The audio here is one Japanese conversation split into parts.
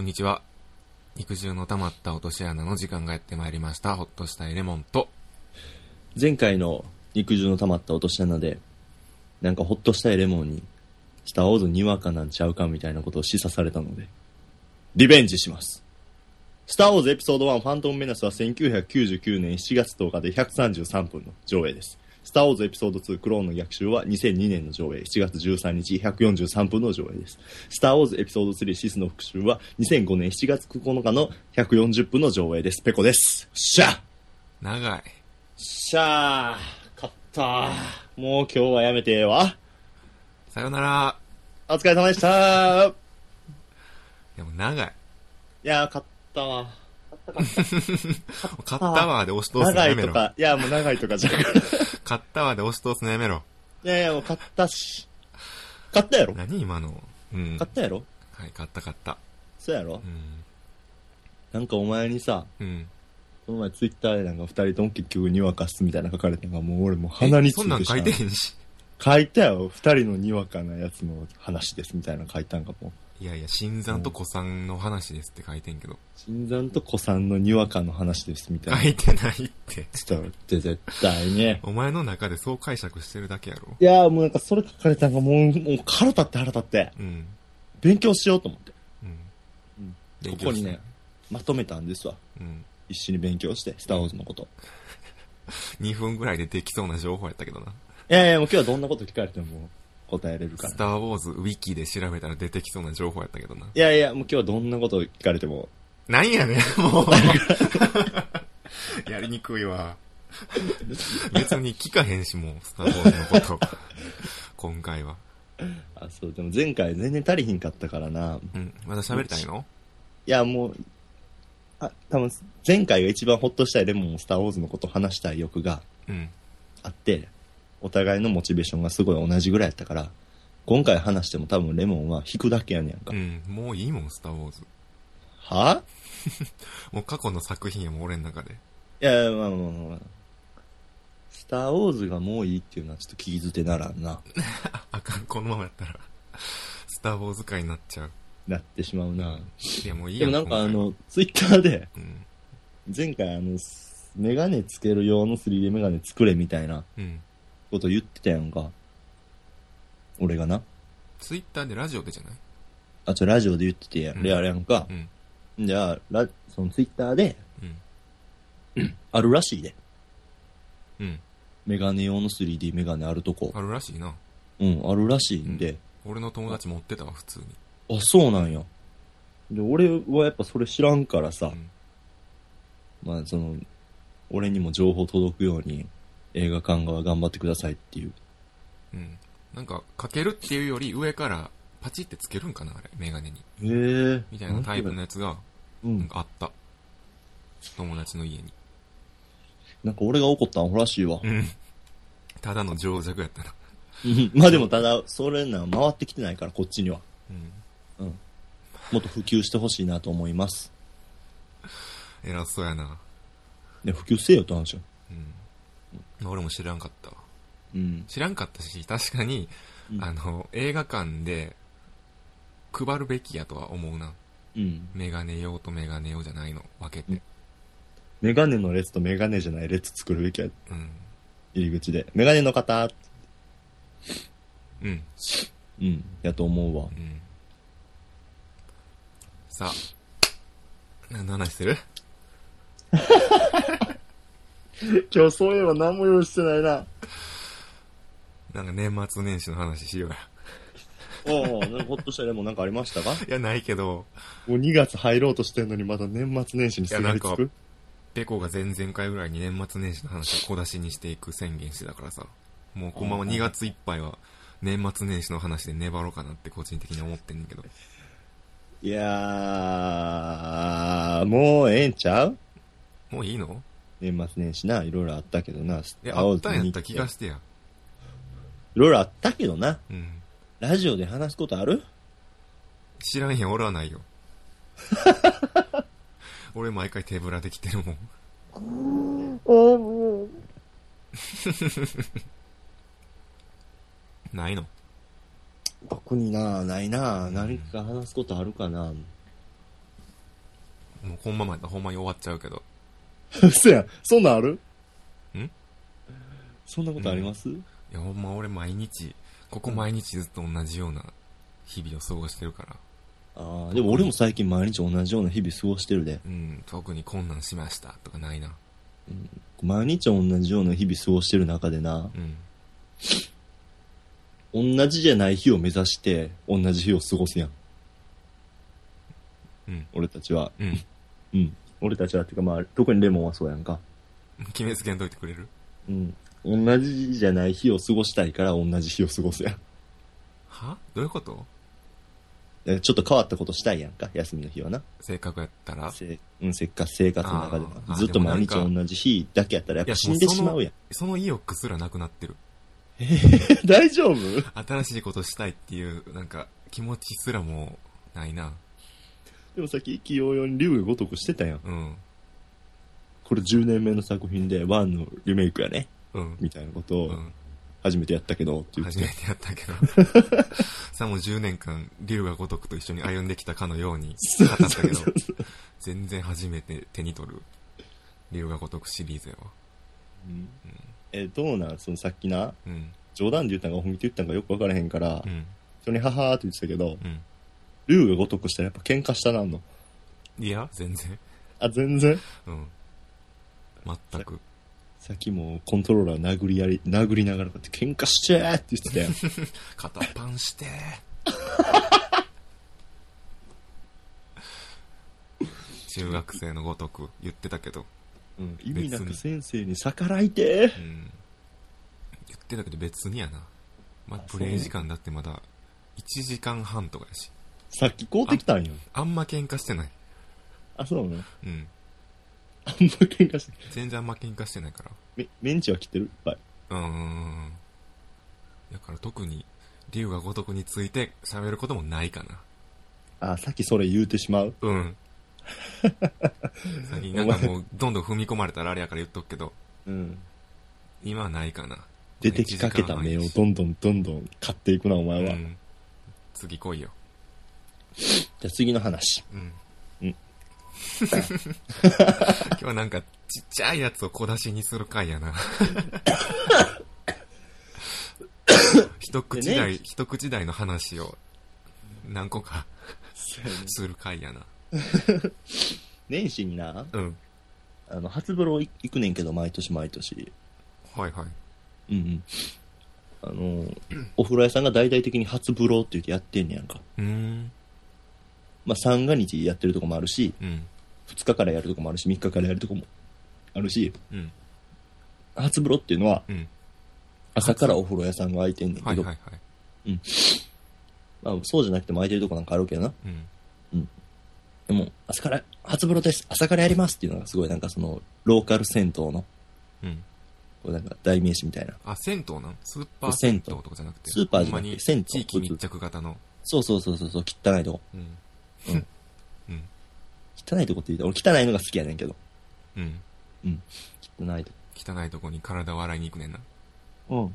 んにちは。肉汁の溜まった落とし穴の時間がやってまいりました。ほっとしたいレモンと、前回の肉汁の溜まった落とし穴で、なんかほっとしたいレモンに、スターウォーズにわかなんちゃうかみたいなことを示唆されたので、リベンジします。スターウォーズエピソード1ファントムメナスは1999年7月10日で133分の上映です。スターウォーズエピソード2クローンの逆襲は2002年の上映、7月13日143分の上映です。スターウォーズエピソード3シスの復讐は2005年7月9日の140分の上映です。ペコです。しゃ長い。しゃあ、勝った。もう今日はやめてええわ。さよなら。お疲れ様でした。いでも長い。や、勝ったわ。買ったわで押し通すの長やいめとろ。か、いや、もう長いとかじゃなくて。い買ったわで押し通すのやめろ。やいや、もう勝ったし。勝ったやろ何今の。うん。勝ったやろはい、買った買った。そうやろうん。なんかお前にさ、うん。この前ツイッターでなんか二人とも結局にわかっすみたいなの書かれたのがもう俺もう鼻についてそんなん書いてしへんし。まう書いたよ。二人のにわかなやつの話ですみたいなの書いたんかも。いやいや、新山と古山の話ですって書いてんけど。新山と古参のにわかの話ですみたいな。書いてないって。伝わって絶対ね。お前の中でそう解釈してるだけやろ。いやーもうなんかそれ書かれたんがもう、もう腹立って腹立って、うん。勉強しようと思って。うん。うん勉こ強こにしてね、まとめたんですわ。うん。一緒に勉強して、スターウォーズのこと。 2分ぐらいでできそうな情報やったけどな。いやいや、もう今日はどんなこと聞かれても答えれるかスら。いターウォーズウィキで調べたら出てきそうな情報やったけどな。やいや、もう今日はどんなこと聞かれても。なんやねん、もう。 やりにくいわ。別に聞かへんし、もう、スターウォーズのこと。今回は。あ、そう、でも前回全然足りひんかったからな。うん。まだ喋りたいのいや、もう、あ、多分前回が一番ほっとしたいレモンもスターウォーズのこと話したい欲がうん。あって、お互いのモチベーションがすごい同じぐらいやったから、今回話しても多分レモンは引くだけやねやんか。うん。もういいもん、スターウォーズ。はぁもう過去の作品やもん、俺の中で。いや、まあまあまあまあ。スター・ウォーズがもういいっていうのはちょっと聞き捨てならんな。ああかん、このままやったら。スターウォーズ界になっちゃう。なってしまうな。いや、もういいでやもなんかあ、今の、ツイッターで、回うん。前回あの、すメガネつける用の 3D メガネ作れみたいなうん。こと言ってたやんか。俺がな。ツイッターでラジオでじゃないあ、ちょ、ラジオで言っててやうんん。で、あれやんかう。ん。じゃあ、ラ、そのツイッターで、うん。あるらしいで。うん。メガネ用の 3D メガネあるとこ。あるらしいな。うん、あるらしいんで。俺の友達持ってたわ、普通に。あ、そうなんや。で、俺はやっぱそれ知らんからさ。うん。まあその、俺にも情報届くように映画館側頑張ってくださいっていう。うん。なんか、かけるっていうより上からパチってつけるんかなあれ、メガネに。へえ。みたいなタイプの。やつが、うなんん。かあった。友達の家に。なんか俺が怒ったんほらしいわ。うん。ただの情弱やったな。 まあでもただ、それな、回ってきてないからこっちには。うん。うん。もっと普及してほしいなと思います。偉そうやな。ね、普及せよって話よ。うん。俺も知らんかったわ。うん。知らんかったし、確かに、うんあの、映画館で、配るべきやとは思うな。うん。メガネ用とメガネ用じゃないの、分けうてん。メガネの列とメガネじゃない列作るべきや。うん。入り口で。メガネの方うん。うん。やと思うわ。うん。さあ。何の話してる今日そういえば何も用意してないな。なんか年末年始の話しようや。おうおう、ほっとしたらもうなんかありましたかいや、ないけど、もう2月入ろうとしてんのにまだ年末年始にすがりいやつなんくペコが前々回ぐらいに年末年始の話を小出しにしていく宣言してたからさ。もうこのまま2月いっぱいは、年末年始の話で粘ろうかなって個人的に思ってんねんけど。いやー、もうええんちゃうもういいの年末年始な、いろいろあったけどな。いや、あったんやにっ行たって気がしてや。いろいろあったけどな。うん。ラジオで話すことある知らんやん、俺は ないよ。俺毎回手ぶらできてるもん。 ないの特にな、ないな。何か話すことあるかな。もうこのままやったらほんまに終わっちゃうけど。嘘やん。そんなんあるんそんなことあります、いや、ほんま俺毎日、ここ毎日ずっと同じような日々を過ごしてるから。ああ、でも俺も最近毎日同じような日々過ごしてるで。うん、特に困難しましたとかないな。毎日同じような日々過ごしてる中でな、うん。同じじゃない日を目指して、同じ日を過ごすやん。うん。俺たちは。うん。 うん。俺たちはっていうかまあ、特にレモンはそうやんか。決めつけんといてくれるうん。同じじゃない日を過ごしたいから同じ日を過ごすやん。はどういうことえちょっと変わったことしたいやんか、休みの日はな。性格やったら。せうん、せっかく生活の中であなーずっと毎日あーでもなんか同じ日だけやったらやっいやぱ死んでしまうやん。その意欲すらなくなってる。 大丈夫新しいことしたいっていう、なんか、気持ちすらもう、ないな。でもさっき意気揚々に竜が如くしてたやん。うん。これ10年目の作品でワンのリメイクやね。うん。みたいなことうをん。初めてやったけどって言っ初て。めてやったけど。 さも10年間、竜が如くと一緒に歩んできたかのように語ったけど、全然初めて手に取る、竜が如くシリーズやわ。うんえ、どうなんそのさっきな、うん。冗談で言ったんか本気で言ったんかよくわからへんから、うん。それに母ーって言ってたけど、う竜が如くしたらやっぱ喧嘩したなんの。ん。いや、全然。あ、全然。うん。全く。さっきもコントローラー殴りやり、殴りながらこうやって喧嘩しちゃーって言ってたやん。肩パン して。中学生のごとく言ってたけど、うん、 意味なく先生に逆らいてう、ん。言ってたけど別にやな。まあ、あプレイ時間だってまだ1時間半とかやし。さっき買うてきたんよ。あんま喧嘩してない。あ、そうね。うん。あんま喧嘩して全然あんま喧嘩してないから。メメンチは切ってるいっぱい。うーん。だから特に、竜が如くについて喋ることもないかな。あ、さっきそれ言うてしまう。うん。最近なんかもう、どんどん踏み込まれたらあれやから言っとくけど、うん。今はないかな。出てきかけた目をどんどんどんどん買っていくな、おう前は。じん。次来いよ。ゃあ次の話。うん。うん今日はなんか、ちっちゃいやつを小出しにする回 やな。一口で大、ね一口大の話を何個かする回やな。年始にな、うん。あの、初風呂行くねんけど、毎年毎年。はいはい。うんうん。あの、 お風呂屋さんが大々的に初風呂って言ってやってんねやんか。うーん。まあ、三が日やってるとこもあるし、うん。二日からやるとこもあるし、三日からやるとこもあるし、うん。初風呂っていうのは、うん。朝からお風呂屋さんが開いてんねんはけいど、はいはい。まあ、そうじゃなくても空いてるとこなんかあるけどな。うん。でも、朝から、初風呂です、朝からやりますっていうのがすごいなんかその、ローカル銭湯の、こうん。うなんか代名詞みたいな。あ、銭湯なんスーパー銭湯とかじゃなくて。スーパーじゃなほくてんまに銭湯地域密着型の。そうそうそうそう、そう汚いとこ。うん。うん。うん。汚いとこって言うと、俺汚いのが好きやねんけど。うん。汚いと汚いとこに体を洗いに行く ねんな。こ。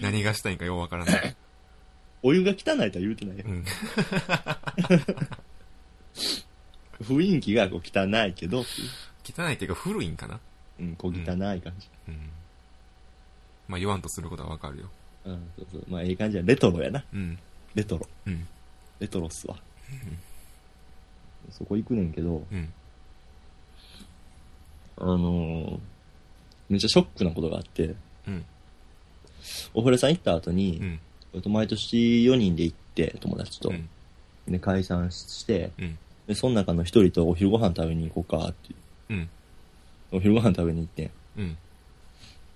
何がしたいんかようわからない。 お湯が汚いとは言うてないよう。ん。雰囲気がこう汚いけど、汚いっていうか古いんかなうん、こう汚い感じ。うん。まあ言わんとすることはわかるよ。うん、そうそう。まあ、ええ感じや。レトロやな。うん。レトロ。うん。レトロっすわ。そこ行くねんけど、うん。あのー、めっちゃショックなことがあって、うん。お風呂屋さん行った後に、うん。えっと毎年4人で行って、友達と。うん。で、解散して、うん。で、その中の一人とお昼ご飯食べに行こうかって。うん。お昼ご飯食べに行ってうん。ん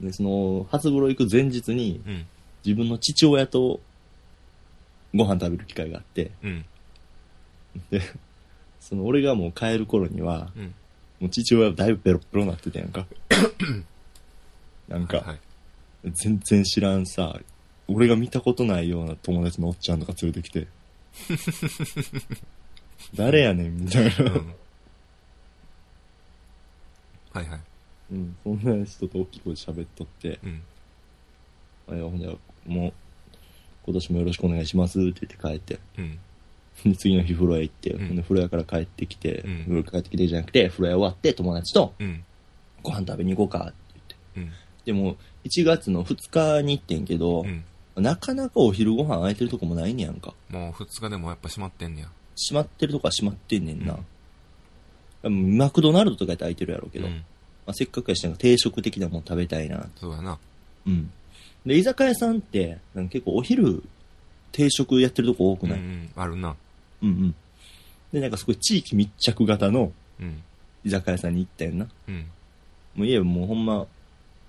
で、その、初風呂行く前日に、うん。自分の父親とご飯食べる機会があって、うん。で、その、俺がもう帰る頃には、うん。もう父親はだいぶベロッベロなってたや んか。なんはいか、はい。全然知らんさ、俺が見たことないような友達のおっちゃんとか連れて きて、誰やねん みたいなう。ん。はいはい。うん、そんな人と大きい声で喋っとって、うん。あいやほんで、もう、今年もよろしくお願いしますって言って帰って、うん。で次の日風呂屋行って、うんで風呂屋から帰ってきて、うん風呂帰ってきてじゃなくて、風呂屋終わって友達とうん。ご飯食べに行こうかって言っうて。ん。でも、1月の2日に行ってんけどう、ん。なかなかお昼ご飯空いてるとこもないねやんか。もう二日でもやっぱ閉まってんねや。閉まってるとこは閉まってんねんな。うんマクドナルドとかやって空いてるやろうけど、うん。まあ、せっかくやしなんか定食的なもん食べたいな。そうやな。うん。で、居酒屋さんって、なんか結構お昼、定食やってるとこ多くうんうない、うん、ん。あるな。うんで、なんかすごい地域密着型のうん。居酒屋さんに行ったよな。うん。もういえばもうほんま、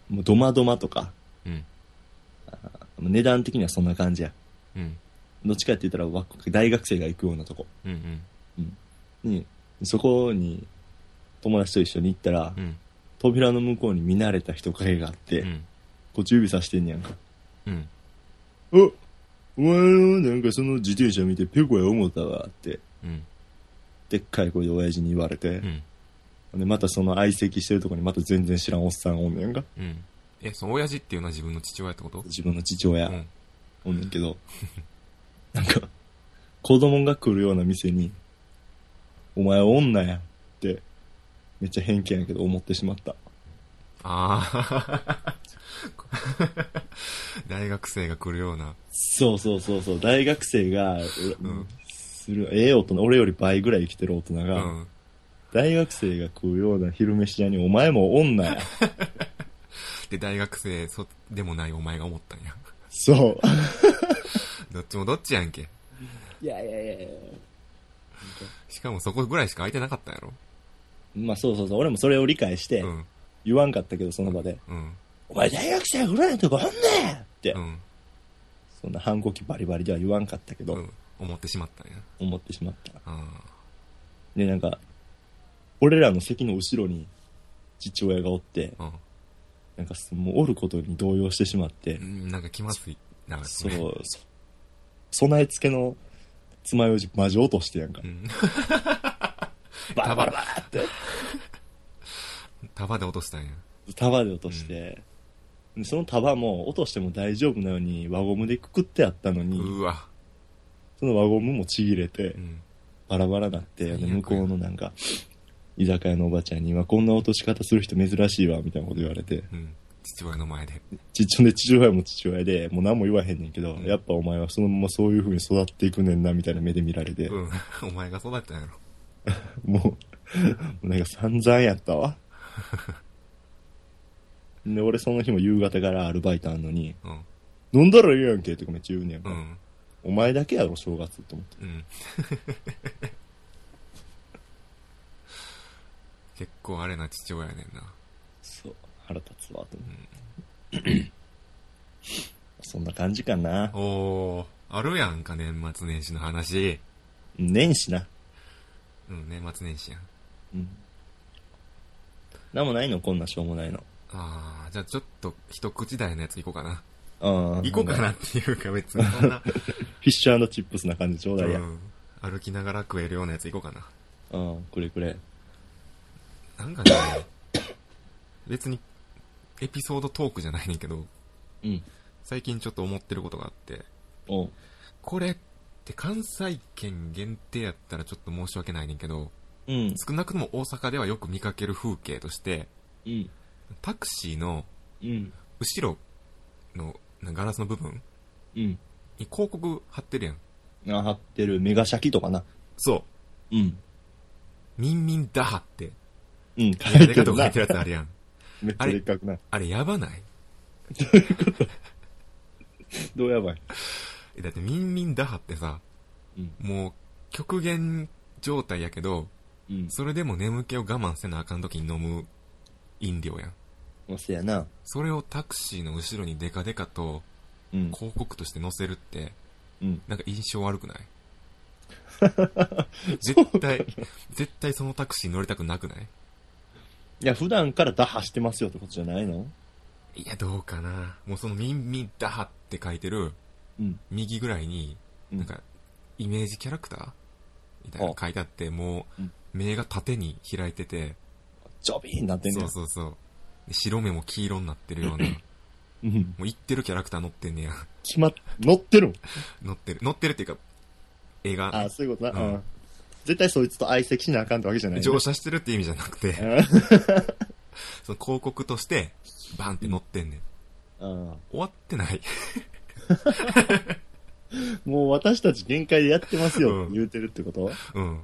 もうドマドマとか、うん。もう値段的にはそんな感じや。うん。どっちかって言ったらわ大学生が行くようなとこ。うん。うん。に、そこに友達と一緒に行ったら、うん。扉の向こうに見慣れた人影があって、うん。こっち指さしてんねやんか。うん。おお前のなんかその自転車見てペコや思ったわって、うん。でっかい声で親父に言われてう、ん。で、またその相席してるとこにまた全然知らんおっさんおんねんか。うん。え、その親父っていうのは自分の父親ってこと自分の父親うん。おんねんけど、 なんか、子供が来るような店に、お前女やんって、めっちゃ偏見やけど思ってしまった。ああ。 大学生が来るような。そうそうそうそう、大学生が、んする、ええ大人、俺より倍ぐらい生きてる大人うが、ん。大学生が食うような昼飯屋にお前も女や。で、大学生そでもないお前が思ったんや。 そう。どっちもどっちやんけ。いやいやいやいやしかもそこぐらいしか空いてなかったんやろ。まあそうそうそう、俺もそれを理解してう、ん。言わんかったけど、その場で、うん。お前大学生ぐらいのとこ女やってう、ん。そんな反抗期バリバリでは言わんかったけうど、ん。思ってしまったんや。思ってしまった。あで、なんか、俺らの席の後ろに父親がおって、あ。なんかすもうおることに動揺してしまってう、ん。なんか気まずい。なんかそう、そ備え付けの爪楊枝マジ落としてやんかう。ん。バラバラバラって。束で落としたんや。束で落として、でその束も落としても大丈夫なように輪ゴムでくくってあったのに、うわ。その輪ゴムもちぎれてうん。バラバラなって、で最悪や向こうのなんか居酒屋のおばちゃんに今こんな落とし方する人珍しいわみたいなこと言われてうん。父親の前で。父親で父親も父親でもう何も言わへんねんけど、んやっぱお前はそのままそういう風に育っていくねんなみたいな目で見られて、うん。 お前が育ったんやろ。もうもうなんか散々やっ たわで俺その日も夕方からアルバイトあんのにうん。 「飲んだらええやんけ」とかめっちゃ言うねんか、うん。お前だけやろ、正月って思って。うん。結構あれな父親やねんな。そう。腹立つわ、と思って。 そんな感じかな。おー、あるやんか、年末年始の話。年始な。うん、年末年始やん。うん。なんもないのこんなしょうもないの。あー、じゃあちょっと一口大のやつ行こうかな。ああ。行こうかなっていうか別 にそんな、フィッシュチップスな感じちょううだいや。ん、歩きながら食えるようなやつ行こうかな。うん、くれくれ。なんかね、別にエピソードトークじゃないねんけど、うん。最近ちょっと思ってることがあって、おう。これって関西圏限定やったらちょっと申し訳ないねんけど、うん。少なくとも大阪ではよく見かける風景として、うん。タクシーのうん。後ろのガラスの部分うん。に広告貼ってるやん。あ、貼ってるメガシャキとかな。そうん。う。ミンミンダハって。うん、書でかいいてとるこ書な。いてるやつあるやん。めっちゃでっかくな。あれやばないどうやばい。えだってミンミンダハってさ、うん。もう極限状態やけど、うん。それでも眠気を我慢せなあかん時に飲む飲料やん。まあ、せやな。それをタクシーの後ろにデカデカとうん。広告として載せるって、うん。なんか印象悪 くない絶対、絶対そのタクシー乗りたくなくないいや、普段から打破してますよってことじゃないのいや、どうかな。もうそのミンミンダハって書いてるうん。右ぐらいに、うんなんか、イメージキャラクターみたいなの書いてあって、もううん、目が縦に開いてて、ちょびーんなってんねそんうそうそう。で白目も黄色になってるような、もうん。う行ってるキャラクター乗ってんねや。 決まっ、乗ってるもん。乗ってる。乗ってるっていうか、映画あ、そういうことな。ううんん。絶対そいつと相席しなあかんってわけじゃないね。乗車してるって意味じゃなくて、 その広告として、バンって乗ってんねん。うんうん終わってない。 もう私たち限界でやってますうよっんて言うてるってことうん。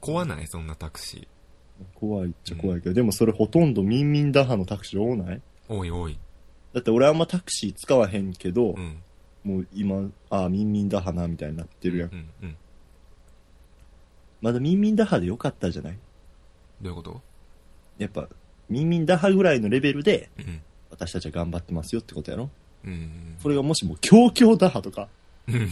怖ないそんなタクシ怖いっちゃ怖いけど、でもそれほとんどミンミン打破のタクシー多ないー。おいおい。だって俺あんまタクシー使わへんけどう、ん。もう今、あ、ミンミン打破なみたいになってるやん。うん。うん。まだミンミン打破でよかったじゃないどういうことやっぱ、ミンミン打破ぐらいのレベルで、うん。私たちは頑張ってますよってことやろうん。それがもしも、強強打破とか、うん。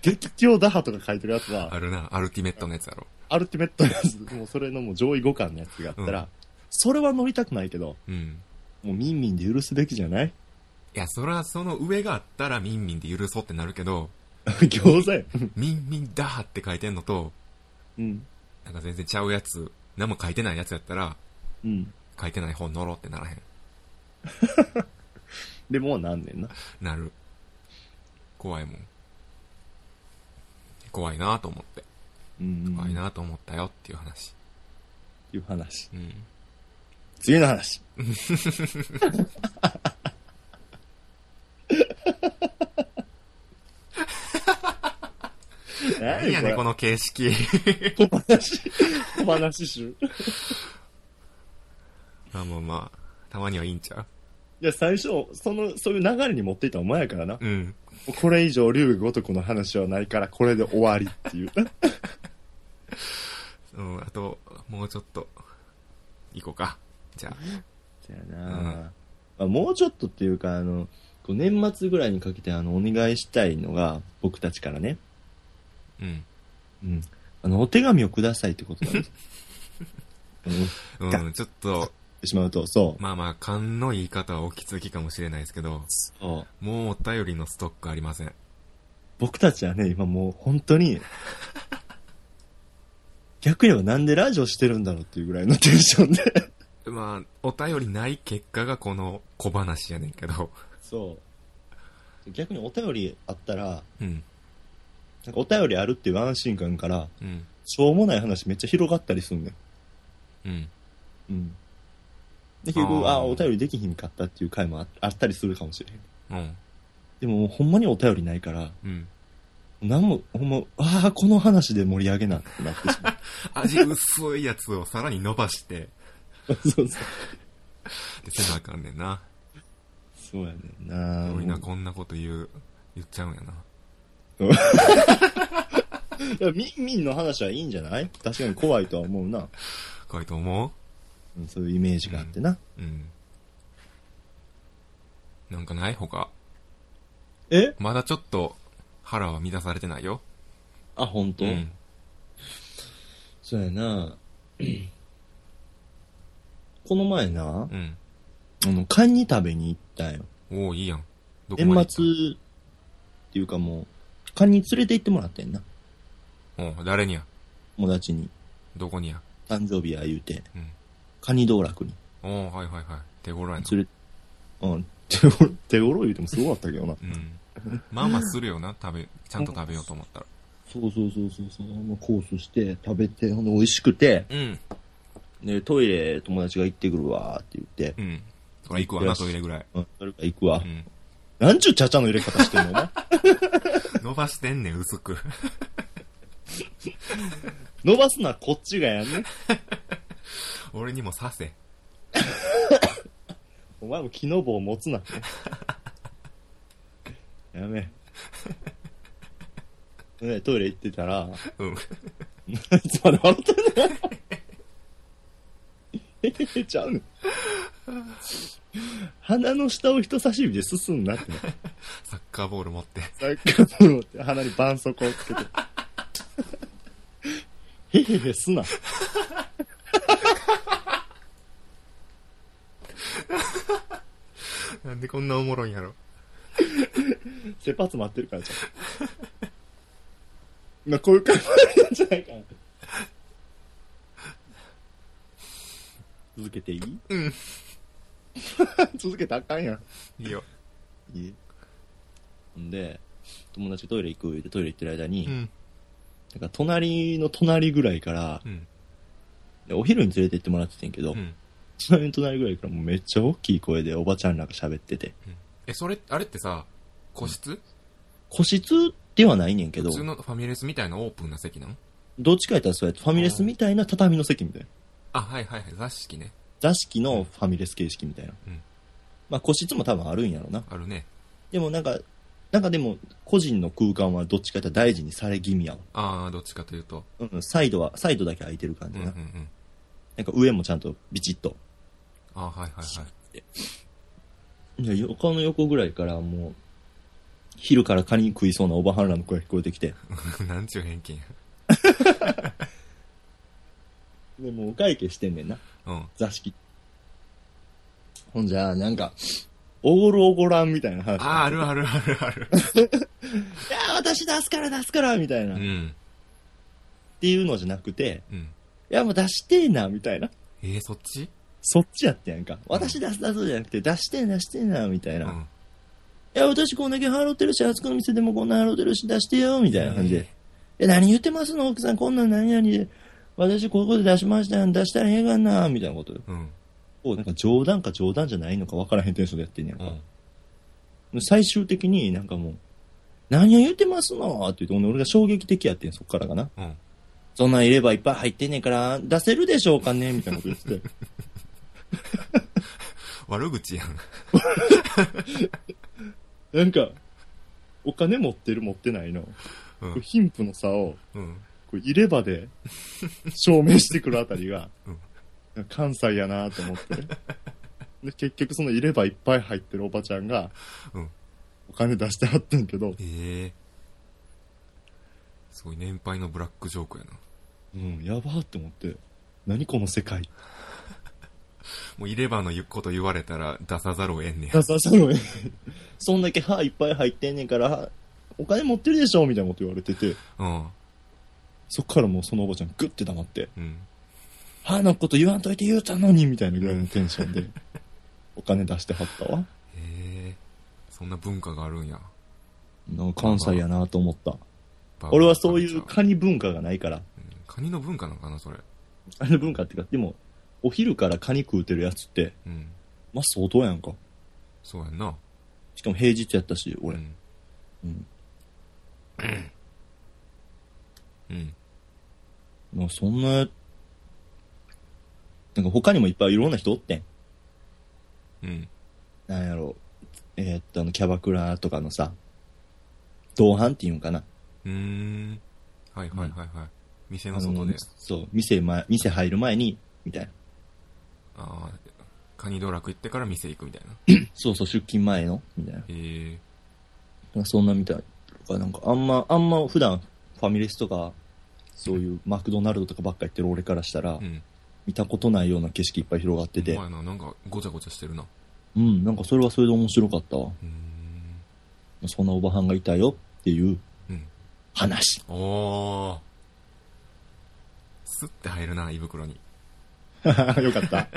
激強打破とか書いてるやつはあ、るな。アルティメットのやつだろ。アルティメットのやつ、もうそれのもう上位互換のやつがあったら、うんそれは乗りたくないけど、うん。もうミンミンで許すべきじゃない いや、そら、その上があったら、ミンミンで許そうってなるけど、餃子や。ミンミンダーって書いてんのと、うん。なんか全然ちゃうやつ、何も書いてないやつやったら、うん。書いてない方乗ろうってならへん。でもうなんねんな。なる。怖いもん。怖いなと思って。うん。怖いっなと思ったよっていう話。ていう話。うん。次の話。何やねん、このの形式。 小話。小話集。いまあまあまあ、たまにはいいんちゃや、最初、その、そういう流れに持っていったお前やからな。ううん。これ以上、竜如くの話はないから、これで終わりっていう。うん、あと、もうちょっと、行こうか。じゃあ。そやな、うんまあ、もうちょっとっていうか、あの、こう年末ぐらいにかけてあの、お願いしたいのが、僕たちからね、うん。うん。あの、お手紙をくださいってこと なんです。うん言っうん、ちょっと、てしまうと、そう。まあまあ、勘の言い方はおきつきかもしれないですけど、そうもうお便りのストックありません。僕たちはね、今もう本当に、逆に言えばなんでラジオしてるんだろうっていうぐらいのテンションで。まあ、お便りない結果がこの小話やねんけど。そう。逆にお便りあったら、うん。なんかお便りあるっていう安心感から、うん。しょうもない話めっちゃ広がったりすんねん。うん。うん。で、結局、ああーあー、お便りできひんかったっていう回もああったりするかもしれへん。うん。でももうほんまにお便りないから、うん。なんも、ほんま、ああ、この話で盛り上げなってなってしま味薄いやつをさらに伸ばして、う。 そうそう。で、せなあかんねんな。そうやねんなみんなこんなこと言う、言っちゃうんやな。いやみんみんの話はいいんじゃない確かに怖いとは思うな。怖いと思うん、そういうイメージがあってな。ううん。なんかない他。えまだちょっと、腹は満たされてないよ。あ、本当、うん。そうやな この前な、うん。あの、カニ食べに行ったんよ。おおいいやん。どこまで行年った末っていうかもう、カニ連れて行ってもらってんな。おう誰にや友達に。どこにや誕生日や言うて、うん。カニ道楽に。おおはいはいはい。手頃やな。連れ、 うん、手ごろ、手ごろ言うてもすごかったけどな。うん。まあまあするよな、食べ、ちゃんと食べようと思ったら。そうそうそうそうそう、あのコースして食べて、ほんで美味しくて、うん。で、トイレ友達が行ってくるわーって言って、うん。そら行くわな、トイレぐらい。うん、それから行くわ。うん。なんちゅうちゃちゃの入れ方してんのな。伸ばしてんねん、薄く。 伸ばすのはこっちがやんね。俺にもさせ。お前も木の棒持つな。やめ。ね、トイレ行ってたら、うん。いつまで笑ってんのえへへちゃうねん鼻の下を人差し指で進んなってな。サッカーボール持って。 なんかもう鼻に絆創膏をつけて。へへへすな。なんでこんなおもろいんやろ。。切羽詰まってるからじゃん。まあ、こういう感じなんじゃないかな。続けていいうん続けたらあかんやん。いいよ。いい。んで、友達トイレ行く言うてトイレ行ってる間に、うん。なんか隣の隣ぐらいから、うん。でお昼に連れて行ってもらっててんけど、うん。隣の隣ぐらいからもうめっちゃ大きい声でおばちゃんらが喋ってて、え、それ、あれってさ、個室個室ではないねんけど普、通のファミレスみたいなオープンな席なのどっちかやったらそうやってファミレスみたいな畳の席みたいな。あ、はいはいはい。座敷ね。座敷のファミレス形式みたいな。うんまあ個室も多分あるんやろな。あるね。でもなんか、なんかでも個人の空間はどっちかやったら大事にされ気味やわ。ああ、どっちかというと。うんうん、サイドは、サイドだけ空いてる感うじんやうんうな。ん。なんか上もちゃんとビチッと。あはいはいはい。で横の横ぐらいからもう、昼からカニ食いそうなおばはんらの声が聞こえてきて、 なんちゅう偏見や。で、もうお会計してんねんな、うん。座敷。ほんじゃ、なんか、おごるおごらんみたいな話。ああ、あるあるあるある。いやー、私出すから出すからみたいな、うっん。ていうのじゃなくて、うん。いや、もう出してえな、みたいな。えー、そっちそっちやってやんか。私出す出すじゃなくて、出してえな、出してえな、みたいうな。いん。や、私こんだけ払ってるし、あそこの店でもこんな払ってるし、出してよ、みたいな感じで。うんえ、何言ってますの奥さん、こんなん何々で、私ここで出しましたやん、出したらええがな、みたいなこと。うん。こうなんか冗談か冗談じゃないのか分からへんテンションでやってんねやんうか。ん。最終的になんかもう、何を言ってますのって言って、俺が衝撃的やってん、そっからかな。うん。そんなん入れ歯いっぱい入ってんねんから、出せるでしょうかねみたいなこと言ってて。悪口やん。なんか、お金持ってる持ってないの、う。こうん貧富の差を、うん。こう入れ歯で証明してくるあたりがうん、関西やなと思って。で、結局その入れ歯いっぱい入ってるおばちゃんがうん、お金出してはってんけど、ええすごい年配のブラックジョークやな。うん、やばーって思って、何この世界もう入れ歯の言うこと言われたら出さざるを得んねや。出さざるを得ないそんだけ歯いっぱい入ってんねんから、歯お金持ってるでしょみたいなこと言われてて、うん。そっからもうそのおばちゃんグッて黙って、うん。歯のこと言わんといて言うたのにみたいなぐらいのテンションで、お金出してはったわ。ええそんな文化があるんや。なんか関西やなと思った。バブル俺はそういうカカニ文化がないから。ルチャーうんカニの文化なのかな、それ。カニ文化っていうか、でも、お昼からカニ食うてるやつって、うん。まあ相当やんか。そうやんな。しかも平日やったし、う俺。ん。うん。うん。まあそんな、なんか他にもいっぱいいろんな人おってん。うん。なんやろえーっと、あの、キャバクラとかのさ、同伴っていうんかな。うーん。はいはいはいはい。店のあ外での。そう、店前、店入る前に、みたいな。ああ、カニ道楽行ってから店行くみたいな。そうそう、出勤前の、みたいな。ええまあそんなみたいとか、なんかあんま、あんま普段ファミレスとか、そういうマクドナルドとかばっか行ってる俺からしたら、うん。見たことないような景色いっぱい広がっててお、前な、なんかごちゃごちゃしてるな。うん、なんかそれはそれで面白かったわ。うーん。そんなおばはんがいたよっていううん。話。 おー。スッて入るな、胃袋に。よか った。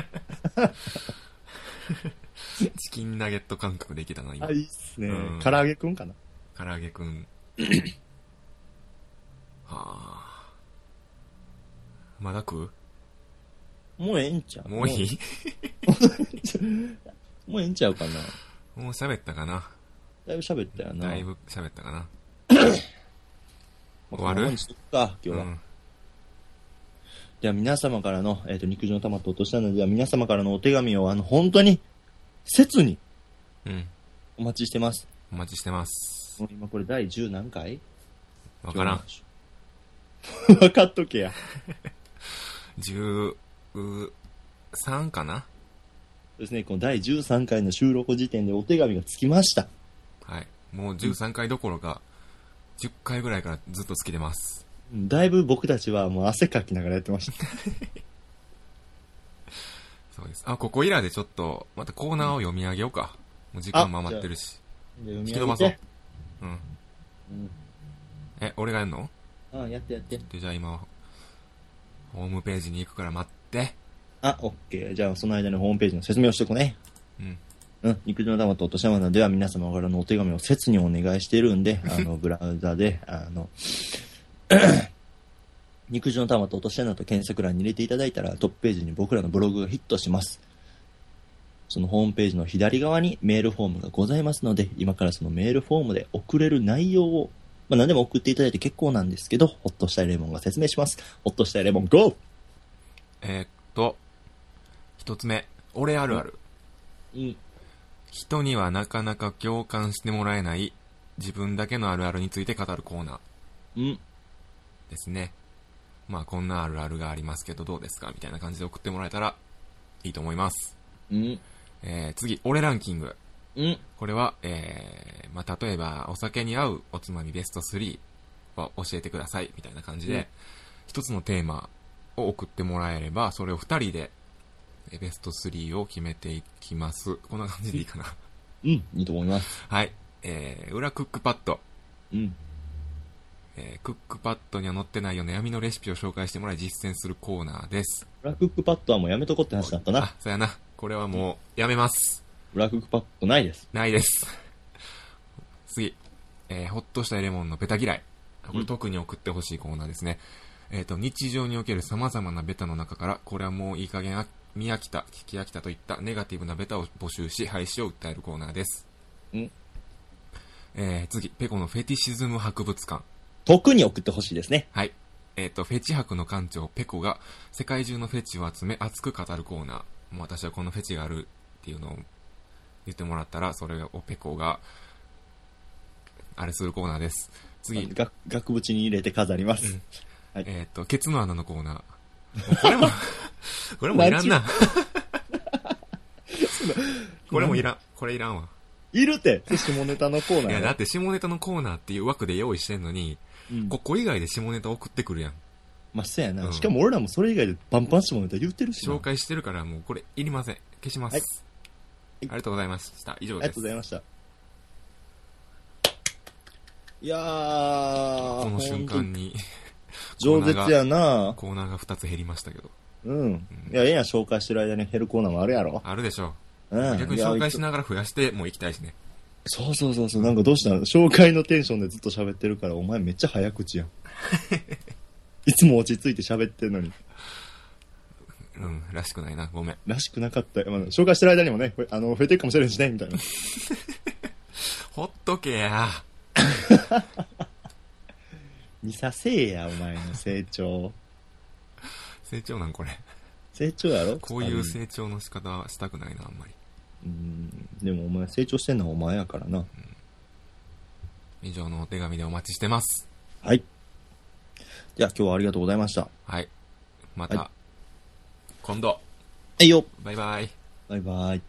チキンナゲット感覚できたな、今あ、い。いっすねうん。唐揚げくんかな唐揚げくん。 はあ。まだ食うもうええんちゃうもういいもうええんちゃうかな。もう喋ったかなだいぶ喋ったよな。だいぶ喋ったかなまあ終わるこんなもんにしとくか、う今日は。ん。では皆様からの、えっ、と、肉汁の玉と落としたのでは皆様からのお手紙を、あの、本当に、切にうん。お待ちしてます。お待ちしてます。もう今これ第10何回わから ん。。分かっとけや。 13かなそうですね、この第13回の収録時点でお手紙がつきました。はい。もう13回どころか、10回ぐらいからずっと好きでます。うんだいぶ僕たちはもう汗かきながらやってました。そうです。あ、ここいらでちょっと、またコーナーを読み上げようか。もう時間も余ってるし。引 引き伸ばそう。うん。え、俺がやんのうん。あ、やってやって。で、じゃあ今、ホームページに行くから待って。あ、オッケー。じゃあその間にホームページの説明をしとこうね。うん。うん、肉汁の玉とおとしゃまなでは皆様からのお手紙を切にお願いしてるんで、あの、ブラウザで、あの、肉汁の玉と落とし穴と検索欄に入れていただいたらトップページに僕らのブログがヒットします。そのホームページの左側にメールフォームがございますので、今からそのメールフォームで送れる内容を、まあ何でも送っていただいて結構なんですけど、ほっとしたいレモンが説明します。ほっとしたいレモン GO! えーっと、一つ目、俺あるある。うん。人にはなかなか共感してもらえない自分だけのあるあるについて語るコーナーうん。ですね。まあこんなあるあるがありますけどどうですかみたいな感じで送ってもらえたらいいと思います。うん。えー、次、俺ランキング。うん。これは、えー、まあ、例えば、お酒に合うおつまみベスト3は教えてください、みたいな感じうんで、一つのテーマを送ってもらえれば、それを二人で、えーベスト3を決めていきます。こんな感じでいい かな。うん。いいと思います。はい。えー、裏クックパッド。うん。えー、クックパッドには載ってないよ悩みのレシピを紹介してもらい実践するコーナーです。ブラックパッドはもうやめとこって話だったなあ。、そうやな。これはもう、やめます。ブラックパッドないです。ないです。次。えー、ほっとしたレモンのベタ嫌い。あこうれん特に送ってほしいコーナーですね。えっ、と、日常における様々なベタの中から、これはもういい加減あ見飽きた、聞き飽きたといったネガティブなベタを募集し、廃止を訴えるコーナーです。うんえー、次、ペコのフェティシズム博物館。特に送ってほしいですね。はい。えっ、と、フェチ博の館長、ペコが、世界中のフェチを集め、熱く語るコーナー。もう私はこのフェチがあるっていうのを言ってもらったら、それをペコが、あれするコーナーです。次、が額縁に入れて飾ります。えっ、と、ケツの穴のコーナー。もうこれも、これもいらんな。これもいらん。これいらんわ。いるって下ネタのコーナいーや、やだって下ネタのコーナーっていう枠で用意してんのに、うんここ以外で下ネタ送ってくるやん。まあ、そうやな、うんしかも俺らもそれ以外でパンパン下ネタ言ってるしな。紹介してるからもうこれいりません。消します。はいありがとうございました。以上ありでがとすうご。ざいました。いやー、この瞬間にほんと饒舌やなコーナーが2つ減りましたけど。うん。いや、ええやん、紹介してる間に減るコーナーもあるやろ。あるでしょう。うん。逆に紹介しいやながら増やしてもう行きたいしね。そうそうそうそう、なんかどうしたの紹介のテンションでずっと喋ってるから、お前めっちゃ早口や ん。いつも落ち着いて喋ってるのに。うん、らしくないな。ごめん。らしくなかったよ。まあ、紹介してる間にもね、ふあの、増えていくかもしれんしね、みたいな。ほっとけや。見させえや、お前の成長。成長なんこれ。成長やろこういう長。成長の仕方はしたくないな、あんまり。うん。でもお前成長してんのはお前やからな。以上のお手紙でお待ちしてます。はい。じゃあ今日はありがとうございました。ははい。また、は今度。いよバイバイ。バイバイ。